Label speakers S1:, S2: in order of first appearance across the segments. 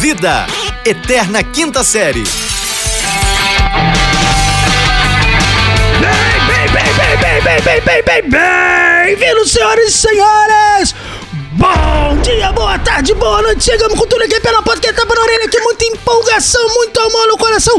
S1: Vida, Eterna Quinta Série.
S2: Bem, bem, bem, bem, bem, vindos senhoras e senhores! Bom dia, boa tarde, boa noite, chegamos com tudo aqui pela porta que tapa na orelha, aqui muita empolgação, muito amor no coração,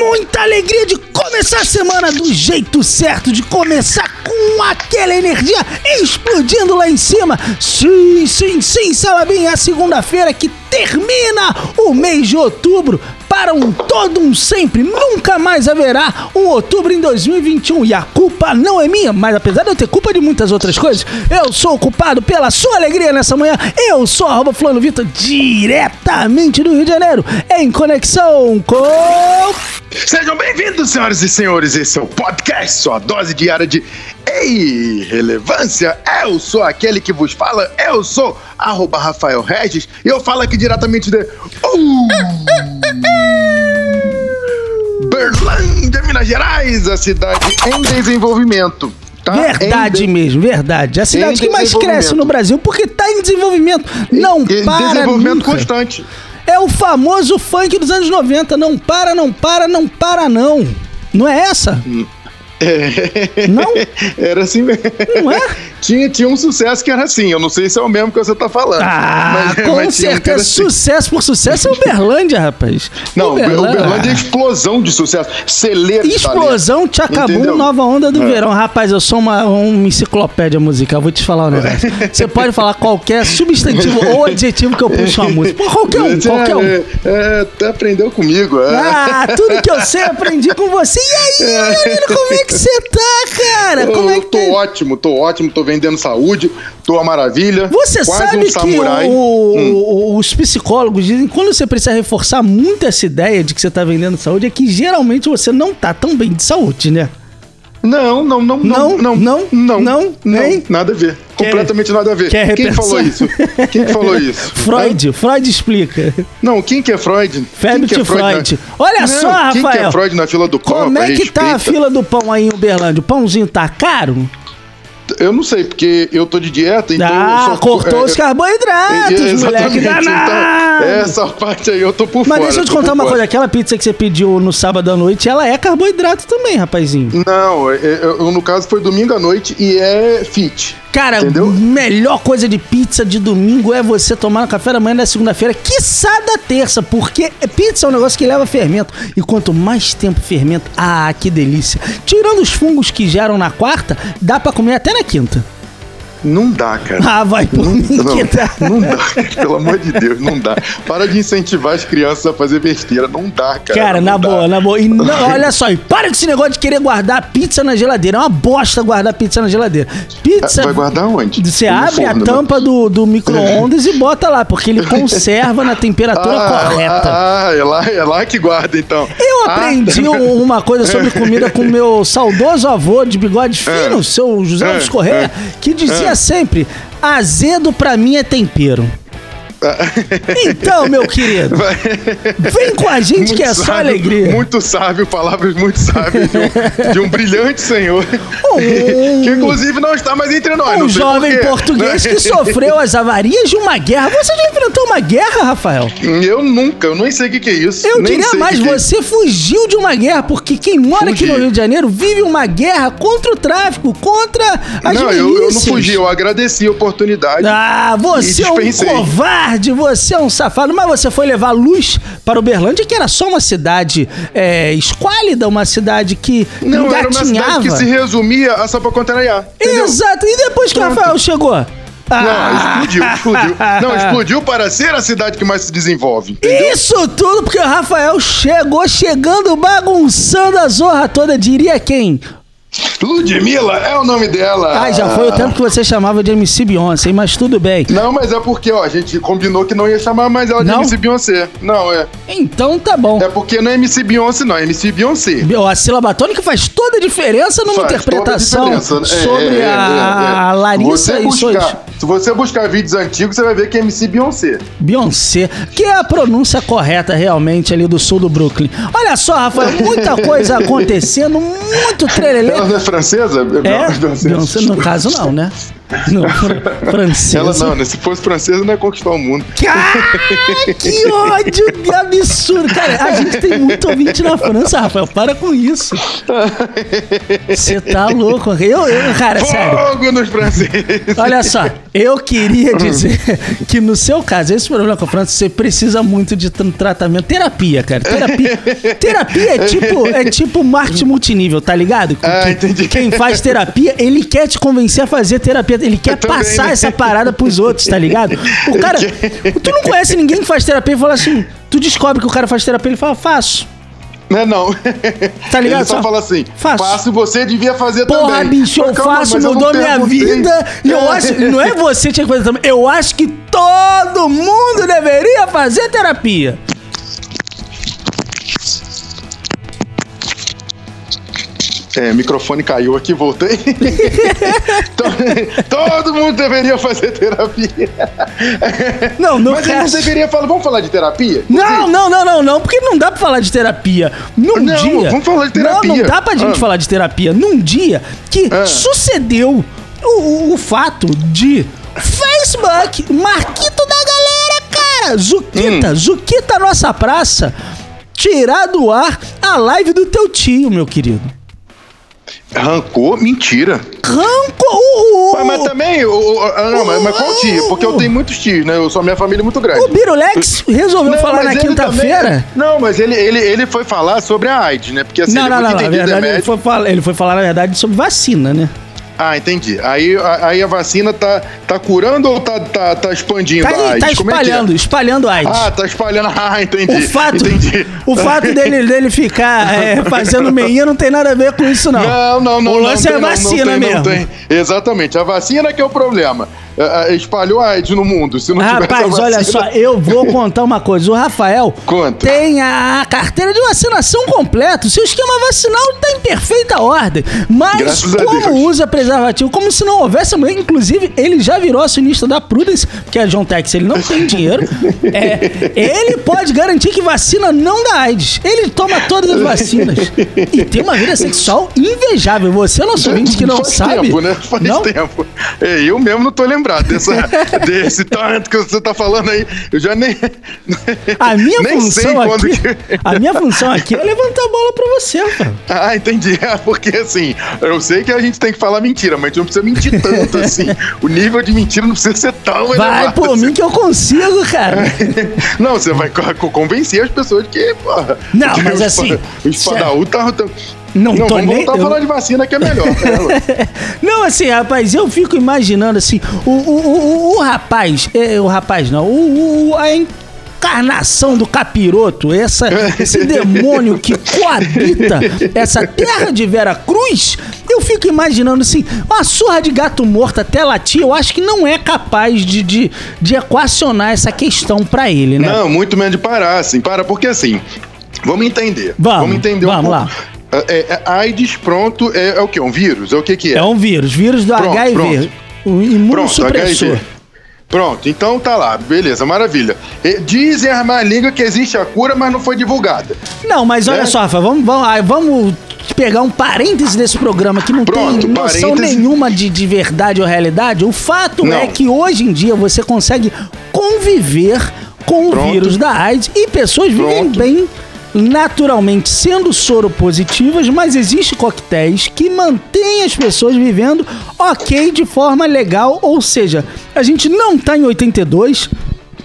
S2: muita alegria de começar a semana do jeito certo, de começar com aquela energia explodindo lá em cima. Sim, sim, sim, Salabim, é a segunda-feira que termina o mês de outubro para um todo um sempre. Nunca mais haverá um outubro em 2021. E a culpa não é minha, mas apesar de eu ter culpa de muitas outras coisas, eu sou o culpado pela sua alegria nessa manhã. Eu sou arroba Flano Vitor, diretamente do Rio de Janeiro, em conexão com.
S3: Sejam bem-vindos, senhoras e senhores. Esse é o podcast, sua dose diária de Ei, relevância. Eu sou aquele que vos fala. Eu sou arroba Rafael Regis e eu falo aqui diretamente de Uh, Berlândia, Minas Gerais, a cidade em desenvolvimento. Tá?
S2: Verdade
S3: Em de-
S2: mesmo, verdade. É a cidade que mais cresce no
S3: desenvolvimento.
S2: Brasil porque está em desenvolvimento. Não
S3: em
S2: para.
S3: Desenvolvimento
S2: nunca.
S3: constante.
S2: É o famoso funk dos anos 90. Não para, não para, não para, não. Não é essa?
S3: Hum. É.
S2: Não?
S3: Era assim mesmo.
S2: Não é?
S3: Tinha, tinha um sucesso que era assim. Eu não sei se é o mesmo que você tá falando.
S2: Ah,
S3: Mas-
S2: com
S3: mas tinha um que era
S2: certeza.
S3: assim.
S2: Sucesso por sucesso é Uberlândia, rapaz.
S3: Não, Uberlândia, Uberlândia é explosão de sucesso. Celeiro.
S2: Explosão, Tchacabum,
S3: Entendeu?
S2: nova onda do
S3: É.
S2: verão. Rapaz, eu sou uma, uma enciclopédia musical, vou te falar
S3: É.
S2: um negócio. Você pode falar qualquer substantivo ou adjetivo que eu puxo uma música. Pô, qualquer um,
S3: Você,
S2: qualquer um.
S3: é, é, até aprendeu comigo. é.
S2: Ah, tudo que eu sei aprendi com você. E aí, Leonino, como é que você tá, cara?
S3: Eu-
S2: Como é
S3: eu
S2: que
S3: tô
S2: tá?
S3: ótimo, tô ótimo, tô vendendo saúde, tô a maravilha.
S2: Você
S3: quase
S2: sabe
S3: um
S2: que
S3: samurai. Hum.
S2: o- o- os psicólogos dizem que quando você precisa reforçar muito essa ideia de que você tá vendendo saúde, é que geralmente você não tá tão bem de saúde, né?
S3: Não, não, não, não,
S2: Não,
S3: não,
S2: não,
S3: não,
S2: não, nem-
S3: nada a ver. Completamente nada a ver.
S2: quer
S3: quem
S2: repensar?
S3: falou isso? Quem que falou isso?
S2: é Freud, Freud explica.
S3: Hã? Não, quem que é Freud?
S2: Febre
S3: Quem que é
S2: de Freud.
S3: na-
S2: Olha
S3: Não,
S2: só,
S3: Quem que
S2: Rafael.
S3: é Freud na fila do pão?
S2: Como é que tá a
S3: Respeita.
S2: fila do pão aí em Uberlândia? O pãozinho tá caro?
S3: Eu não sei, porque eu tô de dieta, então. eu
S2: ah,
S3: só-
S2: cortou
S3: é,
S2: os
S3: é,
S2: carboidratos,
S3: é,
S2: moleque
S3: exatamente,
S2: danado!
S3: então, essa parte aí eu tô
S2: Mas
S3: por fora.
S2: deixa eu te
S3: tô por
S2: contar uma
S3: fora.
S2: coisa, aquela pizza que você pediu no sábado à noite, ela é carboidrato também, rapazinho.
S3: Não, é- é- eu- no caso foi domingo à noite e é fit.
S2: Cara,
S3: Entendeu?
S2: melhor coisa de pizza de domingo é você tomar no café da manhã da segunda-feira, quiçá da terça, porque pizza é um negócio que leva fermento. E quanto mais tempo fermenta, ah, que delícia. Tirando os fungos que geram na quarta, dá pra comer até na quinta.
S3: Não dá, cara.
S2: Ah, vai por mim
S3: Não,
S2: que dá.
S3: não dá, cara. pelo amor de Deus, não dá. Para de incentivar as crianças a fazer besteira, não dá, cara.
S2: Cara, na
S3: não dá.
S2: boa, na boa. E não- olha só, e para com esse negócio de querer guardar pizza na geladeira. É uma bosta guardar pizza na geladeira. Pizza.
S3: Vai guardar onde?
S2: Você
S3: No
S2: abre a
S3: forno, né?
S2: tampa do, do micro-ondas e bota lá, porque ele conserva na temperatura
S3: Ah,
S2: correta.
S3: Ah, ah, é lá, é lá que guarda, então.
S2: Eu
S3: Ah,
S2: aprendi um- uma coisa sobre comida com meu saudoso avô de bigode fino, seu José
S3: É,
S2: Alves Correia, que
S3: Ah.
S2: dizia sempre: azedo pra mim é tempero.
S3: Ah.
S2: Então, meu querido,
S3: vai-
S2: vem com a gente que é
S3: muito
S2: só
S3: sábio,
S2: alegria.
S3: Muito sábio, palavras muito sábias de um, de um brilhante senhor.
S2: Um-
S3: que inclusive não está mais entre nós.
S2: um
S3: não sei
S2: jovem
S3: por quê,
S2: português
S3: né?
S2: que sofreu as avarias de uma guerra. Você já enfrentou uma guerra, Rafael?
S3: Eu nunca, eu nem sei o que, que é isso.
S2: Eu
S3: nem
S2: diria
S3: sei o
S2: mais,
S3: que que é
S2: você fugiu de uma guerra, porque quem mora aqui no
S3: Fugi.
S2: Rio de Janeiro vive uma guerra contra o tráfico, contra as
S3: Não, eu, eu não
S2: milícias.
S3: fugi, eu agradeci a oportunidade.
S2: Ah, você
S3: E
S2: é um
S3: dispensei.
S2: covarde, você é um safado. Mas você foi levar luz para Uberlândia, que era só uma cidade é, esquálida, uma cidade que
S3: não, era uma cidade
S2: engatinhava.
S3: que se resumia a Sapacontanaiá. entendeu?
S2: Exato. E depois que o Rafael chegou?
S3: Não,
S2: Ah.
S3: explodiu, explodiu. Não, explodiu para ser a cidade que mais se desenvolve. entendeu?
S2: Isso tudo porque o Rafael chegou chegando bagunçando a zorra toda, diria quem?
S3: Ludmilla é o nome dela.
S2: Ah, já foi o tempo que você chamava de MC Beyoncé, mas tudo bem.
S3: Não, mas é porque, ó, a gente combinou que não ia chamar mais ela de
S2: Não?
S3: MC Beyoncé. Não, é.
S2: Então tá bom.
S3: É porque não é MC Beyoncé, não, é MC Beyoncé.
S2: Ó, A sílaba tônica faz toda a diferença numa
S3: Faz
S2: interpretação
S3: toda a diferença, né? É,
S2: sobre
S3: é, é,
S2: a,
S3: é.
S2: a Larissa
S3: Você
S2: e seus
S3: buscar- Se você buscar vídeos antigos, você vai ver que é MC Beyoncé.
S2: Beyoncé, que é a pronúncia correta realmente ali do sul do Brooklyn. Olha só, Rafael, muita coisa acontecendo, muito trelelê.
S3: Ela não é francesa?
S2: É,
S3: Não,
S2: Beyoncé no caso não, né? Não, fr francesa.
S3: Ela não, né? Se fosse francesa, não ia conquistar o mundo.
S2: Ah, que ódio que absurdo. Cara, a gente tem muito ouvinte na França, Rafael. Para com isso. Você tá louco. Eu, eu cara,
S3: Fogo
S2: É sério.
S3: nos franceses!
S2: Olha só, eu queria dizer que no seu caso, esse problema com a França, você precisa muito de tra- tratamento. Terapia, cara. Terapia, terapia é tipo é tipo marketing multinível, tá ligado?
S3: Ah,
S2: Que-
S3: entendi.
S2: Quem faz terapia, ele quer te convencer a fazer terapia. Ele quer
S3: Eu também,
S2: passar
S3: né?
S2: essa parada pros outros, tá ligado? O cara. Tu não conhece ninguém que faz terapia e fala assim. Tu descobre que o cara faz terapia, ele fala, faço.
S3: Não é não.
S2: Tá ligado
S3: Ele só
S2: só?
S3: fala assim,
S2: Faço.
S3: faço e você devia fazer
S2: Porra,
S3: também.
S2: bicho, eu
S3: Mas calma,
S2: faço,
S3: mas eu
S2: mudou
S3: não
S2: minha
S3: perguntei.
S2: vida. E eu acho. Não é você que tinha que fazer também. Eu acho que todo mundo deveria fazer terapia.
S3: É, microfone caiu aqui, voltei. To- Todo mundo deveria fazer terapia.
S2: Não, no
S3: Mas ele não
S2: caso.
S3: deveria falar, vamos falar de terapia?
S2: Não, não, não, não, não, porque não dá pra falar de terapia. Num
S3: Não,
S2: dia.
S3: vamos falar de
S2: Não, não
S3: terapia.
S2: dá pra gente
S3: Ah.
S2: falar de terapia. Num dia que
S3: Ah.
S2: sucedeu o, o- o fato de Facebook, Marquito da galera, cara,
S3: Hum.
S2: Zuquita, Zuquita nossa praça, tirar do ar a live do teu tio, meu querido.
S3: Rancor? Mentira.
S2: Rancor. o- o-
S3: Mas, mas também, o, o- ah, não, mas, mas qual tio? Porque eu tenho muitos tios, né? Eu sou minha família é muito grande.
S2: O Birulex resolveu
S3: Não,
S2: falar
S3: mas
S2: na
S3: ele
S2: quinta-feira.
S3: também- Não, mas ele, ele, ele foi falar sobre a AIDS, né? Porque assim,
S2: Não,
S3: ele
S2: não,
S3: foi
S2: não, não.
S3: que
S2: Na
S3: entendi
S2: verdade, ele
S3: remédio.
S2: foi falar, ele foi falar, na verdade, sobre vacina, né?
S3: Ah, entendi. Aí, a- aí a vacina tá, tá curando ou tá, tá, tá expandindo
S2: Tá,
S3: a AIDS?
S2: tá
S3: Como é que é?
S2: espalhando, espalhando AIDS.
S3: Ah, tá espalhando. Ah, entendi.
S2: o fato,
S3: Entendi.
S2: o fato dele, dele ficar é, fazendo meinha não tem nada a ver com isso, não.
S3: Não, não, não.
S2: O lance
S3: não
S2: é
S3: tem, não,
S2: vacina
S3: não tem,
S2: mesmo.
S3: não tem. Exatamente. A vacina que é o problema. É, é, Espalhou a AIDS no mundo. Se não tivesse a
S2: Rapaz,
S3: vacina...
S2: olha só, eu vou contar uma coisa. O Rafael
S3: Conta.
S2: tem a a carteira de vacinação completa. O seu esquema vacinal está em perfeita ordem. Mas
S3: Graças a
S2: como
S3: Deus.
S2: usa preservativo, como se não houvesse amanhã. Inclusive, ele já virou acionista da Prudence, porque a John Tex ele não tem dinheiro. É, ele pode garantir que vacina não dá AIDS. Ele toma todas as vacinas. E tem uma vida sexual invejável. Você, nosso ouvinte que não
S3: Faz
S2: sabe.
S3: tempo, né? Faz
S2: não?
S3: tempo. É, eu mesmo não tô lembrado dessa- desse tanto que você tá falando aí. Eu já nem.
S2: A minha
S3: nem sei
S2: função
S3: quando
S2: aqui,
S3: que.
S2: a minha função aqui é levantar a bola pra você, cara.
S3: Ah, entendi. É, porque assim, eu sei que a gente tem que falar mentira, mas a gente não precisa mentir tanto assim. O nível de mentira não precisa ser tão
S2: Vai
S3: elevado.
S2: por
S3: assim.
S2: mim que eu consigo, cara.
S3: Não, você vai co- convencer as pessoas de que, porra.
S2: Não,
S3: que
S2: mas
S3: o
S2: assim,
S3: espa- O espadaú tá. tá-
S2: Não tô
S3: vamos
S2: nem-
S3: voltar a
S2: eu-
S3: falar de vacina que é melhor. né, ué?
S2: Não, assim, rapaz, eu fico imaginando assim, o, o, o, o- o rapaz, é, o rapaz não, o, o- a encarnação do capiroto, essa, esse demônio que coabita essa terra de Vera Cruz, eu fico imaginando assim, uma surra de gato morto até latir, eu acho que não é capaz de, de, de equacionar essa questão pra ele, né?
S3: Não, muito menos de parar, assim. Para, porque assim, vamos entender.
S2: Vamos,
S3: entender um
S2: vamos
S3: pouco. É, é, é, AIDS, pronto, é, é o quê? Um vírus? É o que que é?
S2: É um vírus, vírus do
S3: Pronto,
S2: HIV.
S3: pronto.
S2: O um imunossupressor.
S3: HIV. Pronto, então tá lá, beleza, maravilha. E Dizem as má língua que existe a cura, mas não foi divulgada.
S2: Não, mas olha
S3: Né?
S2: só, Rafa, vamos, vamos, ah, vamos pegar um parêntese desse programa que não
S3: Pronto,
S2: tem noção
S3: parêntese.
S2: nenhuma de, de verdade ou realidade. O fato
S3: Não.
S2: é que hoje em dia você consegue conviver com o
S3: Pronto.
S2: vírus da AIDS e pessoas vivem
S3: Pronto.
S2: bem naturalmente sendo soro positivas, mas existe coquetéis que mantêm as pessoas vivendo ok de forma legal, ou seja, a gente não tá em 82,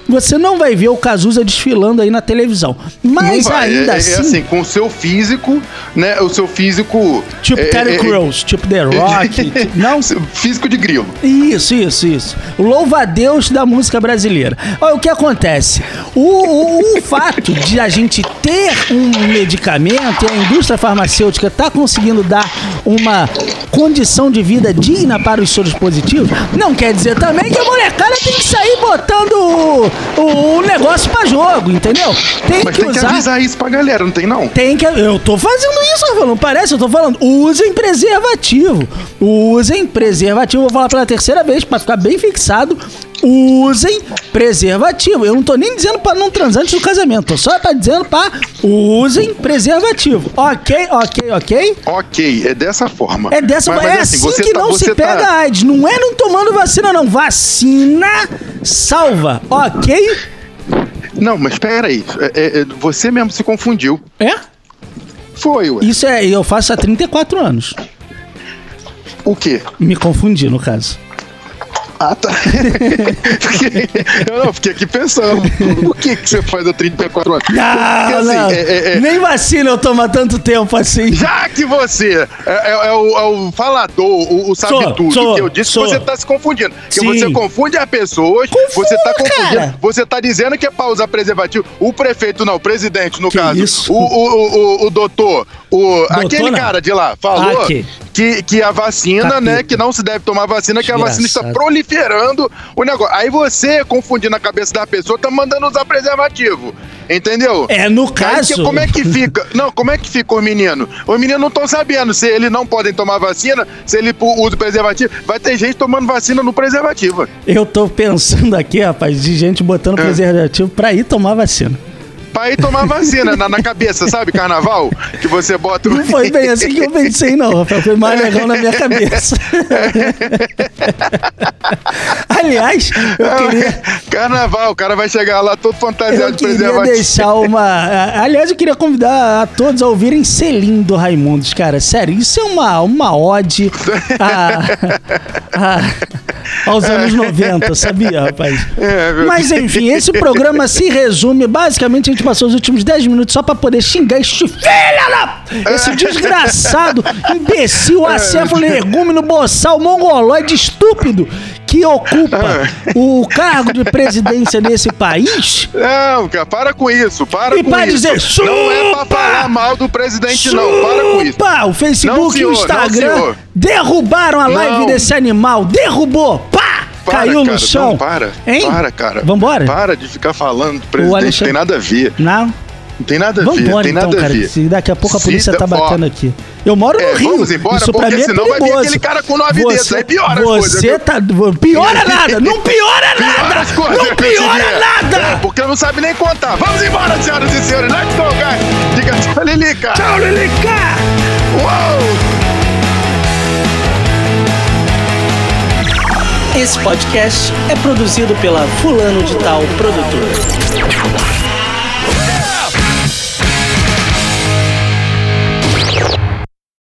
S2: você não vai ver o Cazuza desfilando aí na televisão. Mas
S3: não vai.
S2: ainda
S3: é, é- é
S2: assim,
S3: assim, com o seu físico, né? O seu físico.
S2: tipo
S3: é,
S2: Terry
S3: é- é-
S2: Crews, tipo The Rock, tipo- não?
S3: Físico de grilo.
S2: Isso, isso, isso. O Louva-a-Deus da música brasileira. Olha o que acontece. O, o- o fato de a gente ter um medicamento e a indústria farmacêutica tá conseguindo dar uma condição de vida digna para os soros positivos, não quer dizer também que a molecada tem que sair botando o, o- o negócio pra jogo, entendeu? Tem
S3: Mas
S2: que
S3: tem que
S2: usar.
S3: avisar isso pra galera, não tem não?
S2: Tem que. Eu tô fazendo isso, Rafael. Não parece? Eu tô falando. Usem preservativo. Usem preservativo. Vou falar pela terceira vez pra ficar bem fixado. usem preservativo. Eu não tô nem dizendo pra não transar antes do casamento, tô só pra dizendo pra usem preservativo. Ok, ok, ok?
S3: Ok, é dessa forma.
S2: É dessa
S3: Mas-
S2: é
S3: mas,
S2: assim,
S3: você
S2: que
S3: tá-
S2: não se
S3: você tá-
S2: pega a AIDS. Não é não tomando vacina, não. Vacina salva, ok?
S3: Não, mas peraí. É, é, é, você mesmo se confundiu.
S2: É?
S3: Foi, ué.
S2: Isso é, eu faço há 34 anos.
S3: O quê?
S2: Me confundi, no caso.
S3: Ah, tá. eu não, fiquei aqui pensando. O que, que você faz há 34 anos? Porque,
S2: Não,
S3: assim,
S2: não.
S3: é- é- é-
S2: Nem vacina eu tomo há tanto tempo assim.
S3: Já que você é, é- é o, é o falador, o, o sabe
S2: Sou,
S3: tudo
S2: sou,
S3: que eu disse,
S2: sou.
S3: você tá se confundindo. Porque
S2: Sim.
S3: você confunde as pessoas, você tá
S2: Confundo,
S3: confundindo.
S2: cara.
S3: Você tá dizendo que é pra usar preservativo. O prefeito, não, o presidente, no
S2: Que
S3: caso.
S2: isso?
S3: O, o, o, o, o doutor, o,
S2: Doutor,
S3: aquele
S2: não.
S3: cara de lá, falou.
S2: Aqui.
S3: Que, que a vacina,
S2: Capeta.
S3: né? Que não se deve tomar vacina, que a vacina está
S2: Desgraçado.
S3: proliferando o negócio. Aí você, confundindo a cabeça da pessoa, tá mandando usar preservativo. Entendeu?
S2: É, no
S3: Aí
S2: caso.
S3: que- como é que fica? Não, como é que fica os meninos? Os meninos não estão sabendo se eles não podem tomar vacina, se ele pu- usa o preservativo. Vai ter gente tomando vacina no preservativo.
S2: Eu tô pensando aqui, rapaz, de gente botando
S3: É.
S2: preservativo pra ir tomar vacina.
S3: Pra ir tomar vacina na, na cabeça, sabe? Carnaval? Que você bota o.
S2: Não foi bem assim que eu pensei, não, rapaz. Foi mais legal na minha cabeça. Aliás, eu queria.
S3: É, Carnaval, o cara vai chegar lá todo fantasiado
S2: Eu
S3: de
S2: queria
S3: preservativo.
S2: deixar uma. a- Aliás, eu queria convidar a todos a ouvirem Selim do Raimundos, cara. Sério, isso é uma, uma ode a- a- aos anos 90, sabia, rapaz?
S3: É, meu
S2: Mas enfim, esse programa se resume. Basicamente, a gente passou os últimos 10 minutos só pra poder xingar este filho da...
S3: É.
S2: Esse desgraçado, imbecil, acéfalo, legúmino, boçal, mongoloide, estúpido que ocupa
S3: É.
S2: o cargo de presidência nesse país.
S3: Não, cara, para com isso, para
S2: E
S3: com
S2: pra
S3: isso.
S2: dizer,
S3: não é
S2: chupa!
S3: pra falar mal do presidente, não. Para com isso.
S2: Chupa! O Facebook
S3: Não,
S2: e o
S3: senhor, não,
S2: Instagram
S3: senhor.
S2: derrubaram a live
S3: Não.
S2: desse animal. Derrubou! Pá!
S3: Para,
S2: Caiu no
S3: cara,
S2: chão.
S3: Não, para.
S2: Hein?
S3: Para, cara.
S2: Vambora?
S3: Para de ficar falando do presidente.
S2: Alexandre-
S3: Tem nada a ver.
S2: Não.
S3: Não tem nada a ver.
S2: Vambora
S3: tem
S2: então,
S3: nada a
S2: cara.
S3: ver.
S2: se daqui a pouco a
S3: Se
S2: polícia
S3: da-
S2: tá batendo
S3: ó,
S2: aqui. Eu moro no
S3: É,
S2: Rio.
S3: vamos embora,
S2: Isso pra
S3: porque
S2: mim é
S3: senão vai vir
S2: perigoso.
S3: aquele cara com nove
S2: você,
S3: dedos, aí piora as
S2: Você
S3: coisas, viu?
S2: tá. Piora nada! Não piora
S3: Piora as
S2: nada!
S3: coisas,
S2: Não
S3: eu
S2: piora
S3: diria. É,
S2: nada!
S3: porque não sabe nem contar. Vamos embora, senhoras e senhores. Let's go, guys. Diga tchau, Lilica.
S2: Tchau, Lilica!
S3: Uou!
S4: Esse podcast é produzido pela Fulano de Tal Produtora.